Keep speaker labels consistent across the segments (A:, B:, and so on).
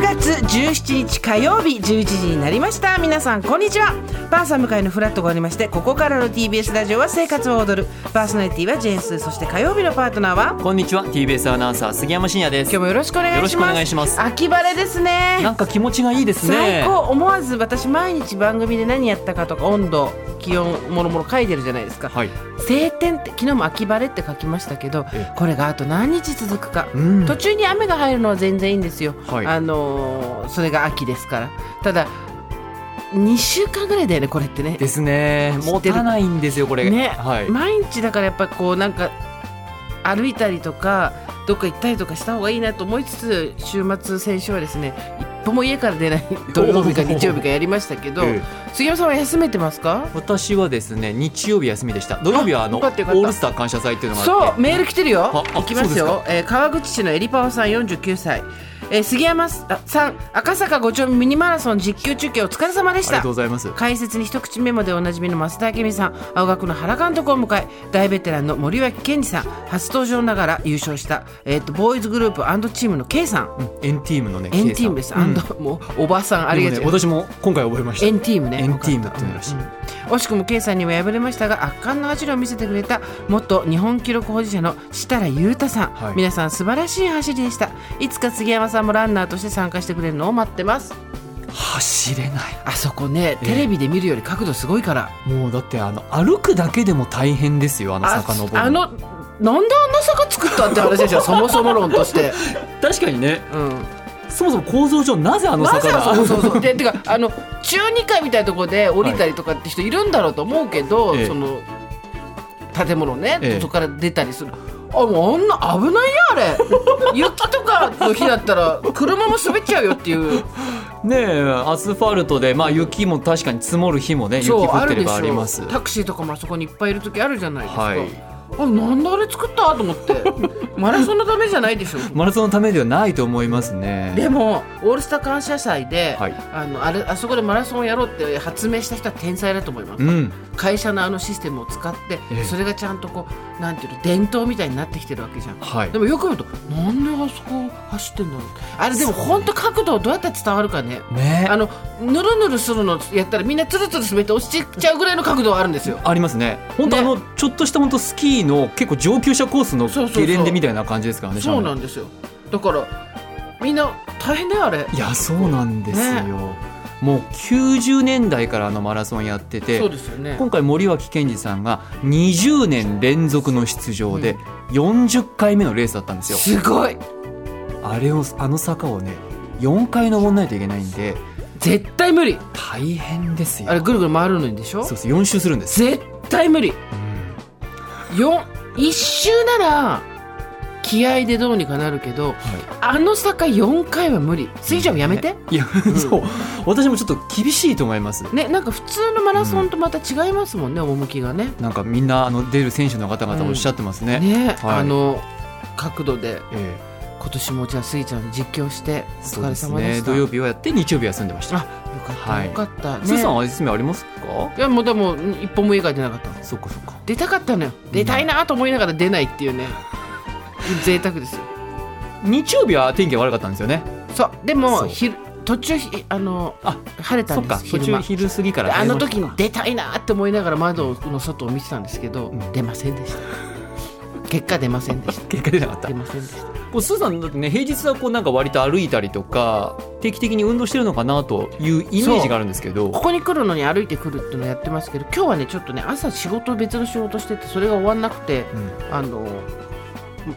A: 月17日火曜日11時になりました皆さんこんにちはパンサム会のフラットがありましてここからの TBS ラジオは生活を踊るパーソナリティはジェーンスーそして火曜日のパートナーは
B: こんにちは TBS アナウンサー杉山真也です
A: 今日もよろしくお願いします
B: よろしくお願いします
A: 秋晴れですね
B: なんか気持ちがいいですね
A: 最高思わず私毎日番組で何やったかとか温度気温もろもろ書いてるじゃないですか、
B: はい
A: 晴天って昨日も秋晴れって書きましたけど
B: え
A: これがあと何日続くか、
B: うん
A: 途中に雨が入るのは全然いいんですよ、
B: はい
A: あのーそれが秋ですからただ2週間ぐらいだよねこれってね
B: ですね持たないんですよこれ
A: ね、
B: はい
A: 毎日だからやっぱこうなんか歩いたりとかどっか行ったりとかした方がいいなと思いつつ週末先週はですね一歩も家から 出ない土曜日か日曜日かやりましたけど、
B: ええ
A: 杉山さんは休めてますか
B: 私はですね日曜日休みでした土曜日はあの
A: よ
B: オ
A: かったよかった
B: ールスター感謝祭っていうのがあ
A: そ
B: っ
A: うメール来てるよ
B: ああ
A: 行きます
B: そう
A: よ、えー川口市のえりぱおさん49歳、えー杉山さん赤坂5丁目ミニマラソン実況中継お疲れ様で
B: て
A: し
B: ありが
A: た
B: とうございます
A: 解説に一口メモでおなじみの増田明美さん青学の原監督を迎え大ベテランの森脇健児さん初登場ながら優勝した、えー、とボーイズグループチームの K さん
B: N ティームのね
A: N ティームで
B: K
A: す、
B: さんうん
A: あのもうおばさんありが
B: で
A: とう
B: もね私も今回覚えました
A: N ティームね
B: N ティームっていうのらしい
A: 惜しくも K さんには敗れましたが圧巻の走りを見せてくれた元日本記録保持者の設楽悠太さん、
B: はい
A: 皆さん素晴らしい走りでしたいつか杉山さんもランナーとして参加してくれるのを待ってます
B: 走れない
A: あそこねテレビで見るより角度すごいから、
B: もうだってあの歩くだけでも大変ですよあの
A: あ
B: 坂登る
A: あのなんであんな坂作ったって話でしょそもそも論として、
B: 確かにね
A: うん、
B: そもそも構造上なぜあの
A: ま
B: 坂
A: さ
B: が
A: かそうそうそうでて かあの中2階みたいなところで降りたりとかって人いるんだろうと思うけど、
B: ええ
A: その建物ね、
B: ええ
A: そこから出たりするあもうあんな危ないよあ れ雪とかの日だったら車も滑っちゃうよっていう
B: ねえアスファルトで、まあ、雪も確かに積もる日もね雪
A: そう
B: 降ってれば
A: あ
B: あ
A: る
B: り
A: で
B: ま
A: し
B: す
A: ょタクシーとかもあそこにいっぱいいる時あるじゃないですか、
B: はい
A: あなんであれ作ったと思って マラソンのためじゃないでしょ
B: マラソンのためではないと思います
A: で
B: ね
A: もオールスター感謝祭で、
B: はい
A: あのあれあそこでマラソンをやろうって発明した人は天才だと思います
B: うん
A: 会社のあのシステムを使って、
B: ええ
A: それがちゃんとこうなんていうの伝統みたいになってきてるわけじゃん
B: はい
A: でもよく見るとなんであそこ走ってんだろうあれでも本当角度をどうやって伝わるかね
B: ね
A: あのぬるぬるするのやったらみんなつるつる滑って落ちちゃうぐらいの角度はあるんですよ
B: ありますね本当あ
A: ね
B: のちょっとした本当スキーの結構上級者コースの
A: そうそうそう
B: ゲレンデみたいな感じですからね
A: そう
B: 斜
A: なんですよだからみんな大変だよあれ
B: 面いやそうなんですよ、もう90年代からあのマラソンやってて
A: そうですよね
B: 今回森脇健児さんが20年連続の出場で40回目のレースだったんですよ、
A: すごい
B: あれをあの坂をね4回登らないといけないんで
A: 絶対無理
B: 大変ですよ
A: あれぐるぐる回るのにでしょ
B: そうです4周するんです、
A: 絶対無理
B: うん
A: よ一周なら気合でどうにかなるけど
B: は
A: あの坂4回は無理杉ちゃんもやめて
B: い、いや、
A: ん
B: そう私もちょっと厳しいと思います
A: ねなんか普通のマラソンとまた違いますもんね、趣がね
B: なんかみんなあの出る選手の方々おっしゃってますね、
A: ね、
B: はい
A: あの角度で
B: え
A: 今年もじゃあ杉ちゃん実況してお疲
B: え
A: れ
B: そう
A: 様
B: です
A: で
B: ね
A: した
B: 土曜日はやって日曜日は休んでました
A: あよかった、
B: はい
A: よかったね
B: スーさんは休みありますか
A: いやもうでも一本も家から出なかったの
B: そっかそっか
A: 出たかったのよ出たいなと思いながら出ないっていうね、贅沢ですよ
B: 日曜日は天気が悪かったんですよね
A: そうでも
B: そう
A: 昼途中ひあの
B: あ
A: 晴れた
B: そ
A: ん
B: っ
A: で
B: か
A: す
B: 途
A: 昼
B: 中
A: 間
B: 昼過ぎから
A: で
B: 電話
A: あの時に出たいなって思いながら窓の外を見てたんですけ ど、
B: ん
A: 出ませんでした結果出ませんでした
B: 結果出なかった
A: 出ませんでした
B: こうスーさんだってね平日はこうなんか割と歩いたりとか定期的に運動してるのかなというイメージがあるんですけど
A: ここに来るのに歩いてくるっていうのをやってますけど今日はねちょっとね朝仕事別の仕事しててそれが終わんなくて
B: うん
A: あの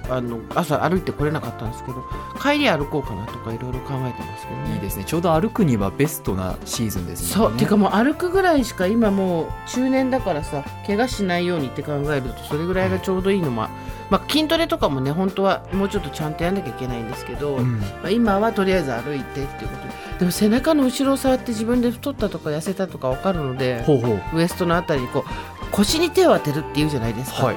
A: あの朝歩いてこれなかったんですけど帰り歩こうかなとかいろいろ考えてますけどね
B: いいですねちょうど歩くにはベストなシーズンですね
A: そうてかもう歩くぐらいしか今もう中年だからさ怪我しないようにって考えるとそれぐらいがちょうどいいのも、まあ、筋トレとかもね本当はもうちょっとちゃんとやんなきゃいけないんですけど、
B: うん
A: まあ、今はとりあえず歩いてっていうことででも背中の後ろを触って自分で太ったとか痩せたとか分かるので
B: ほうほう
A: ウエストのあたりにこう腰に手を当てるっていうじゃないですか、
B: はい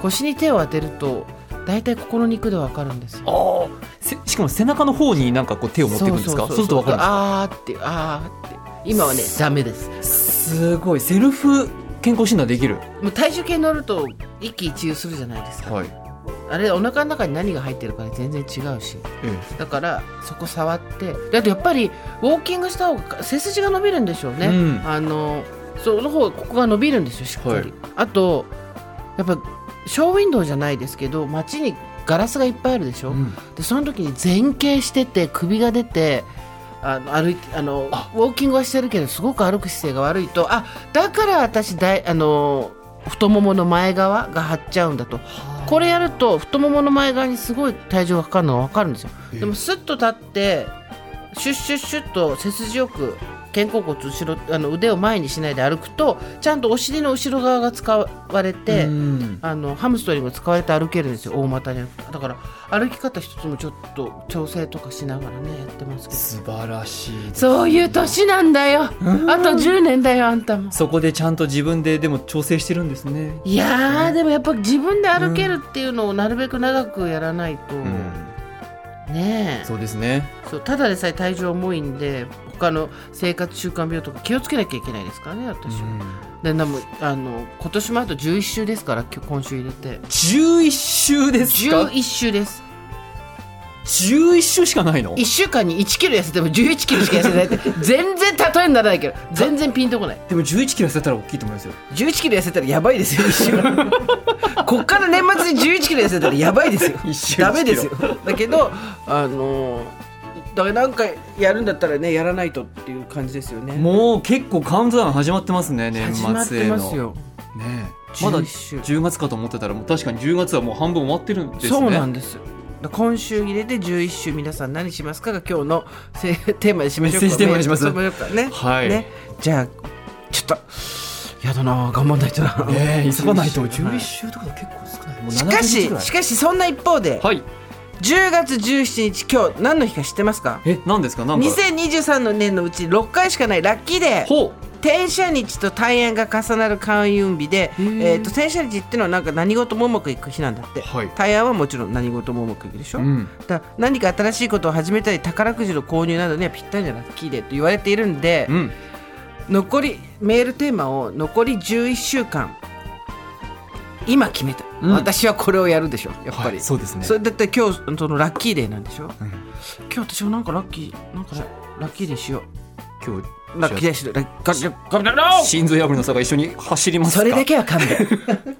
A: 腰に手を当てると大体ここの肉で分かるんですよ
B: あーせしかも背中の方になんかこう手を持っていくんですかそうするとわかるんですか
A: あーってあーって今はねダメです
B: すごいセルフ健康診断できる
A: もう体重計乗ると一喜一憂するじゃないですか、
B: はい
A: あれお腹の中に何が入ってるかで全然違うし
B: え
A: だからそこ触ってであとやっぱりウォーキングした方が背筋が伸びるんでしょうね、
B: うん
A: あのその方ここが伸びるんですよしっかり、
B: はい
A: あとやっぱショーウィンドウじゃないですけど街にガラスがいっぱいあるでしょ、
B: うん
A: でその時に前傾してて首が出てあの歩いてあの
B: あ
A: ウォーキングはしてるけどすごく歩く姿勢が悪いとあだから私だいあの太ももの前側が張っちゃうんだとこれやると太ももの前側にすごい体重がかかるのが分かるんですよ
B: ええ
A: でもスッと立ってシュッシュッシュッと背筋よく肩甲骨後ろあの腕を前にしないで歩くとちゃんとお尻の後ろ側が使われて、
B: うん
A: あのハムストリング使われて歩けるんですよ大股に歩くだから歩き方一つもちょっと調整とかしながらねやってますけど
B: 素晴らしいです
A: そういう年なんだよあと10年だよあんたも
B: そこでちゃんと自分ででも調整してるんですね
A: いやーでもやっぱ自分で歩けるっていうのをなるべく長くやらないと、ねえ
B: そうですね
A: そうただでさえ体重重いんで他の生活習慣病とか気をつけなきゃいけないですからね私は、ででもあの今年もあと11週ですから今日今週入れて
B: 11週ですか
A: 11週です
B: 11週しかないの
A: 1週間に1キロ痩せても11キロしか痩せてないって全然例えにならないけど全然ピンとこない
B: でも11キロ痩せたら大きいと思いますよ
A: 11キロ痩せたらやばいですよ一週 こっから年末に11キロ痩せたらやばいですよ
B: 一週
A: ダメですよだけどあのだからなんかやるんだったらねやらないとっていう感じですよね
B: もう結構カウントダウン始まってますね年
A: 始まっ
B: 末
A: て
B: への
A: ますよ
B: ねえまだ
A: 11週
B: 10月かと思ってたらもう確かに10月はもう半分終わってるんですね
A: そうなんですだから今週入れて11週皆さん何しますかが今日のせテーマにしましょうか
B: メッセージテーマにします
A: メッセージテーマにしましょうかね,、
B: はい
A: ねじゃあちょっとやだな頑張んないとな、
B: ねえ急がないと
A: は
B: 11
A: い
B: 週とか結構少ないもう
A: しか
B: 70日
A: し
B: ぐらい
A: しかしそんな一方で、
B: はい
A: 10月17日今日何の日か知ってますか
B: え何ですかなんか
A: 2023の年のうち6回しかないラッキーデー
B: ほ
A: 転写日と大円が重なる開運日で、え
B: ー
A: ー、と転写日っていうのはなんか何事もうまくいく日なんだって、
B: はい
A: 大円はもちろん何事もうまくいくでしょ、
B: ううん
A: だから何か新しいことを始めたり宝くじの購入などにはぴったりなラッキーデーと言われているんで、
B: うん
A: 残りメールテーマを残り11週間今決めた、
B: うん
A: 私はこれをやるでしょやっぱり、
B: はいそうですね
A: それだって今日そのラッキーデーなんでしょ
B: うん
A: 今日私もなんかラッキーなんかラッキーデーしよ
B: 今日
A: うラッキーデーしようラッキーデーしよう
B: 心臓破りの差が一緒に走りますか
A: それだけは勘弁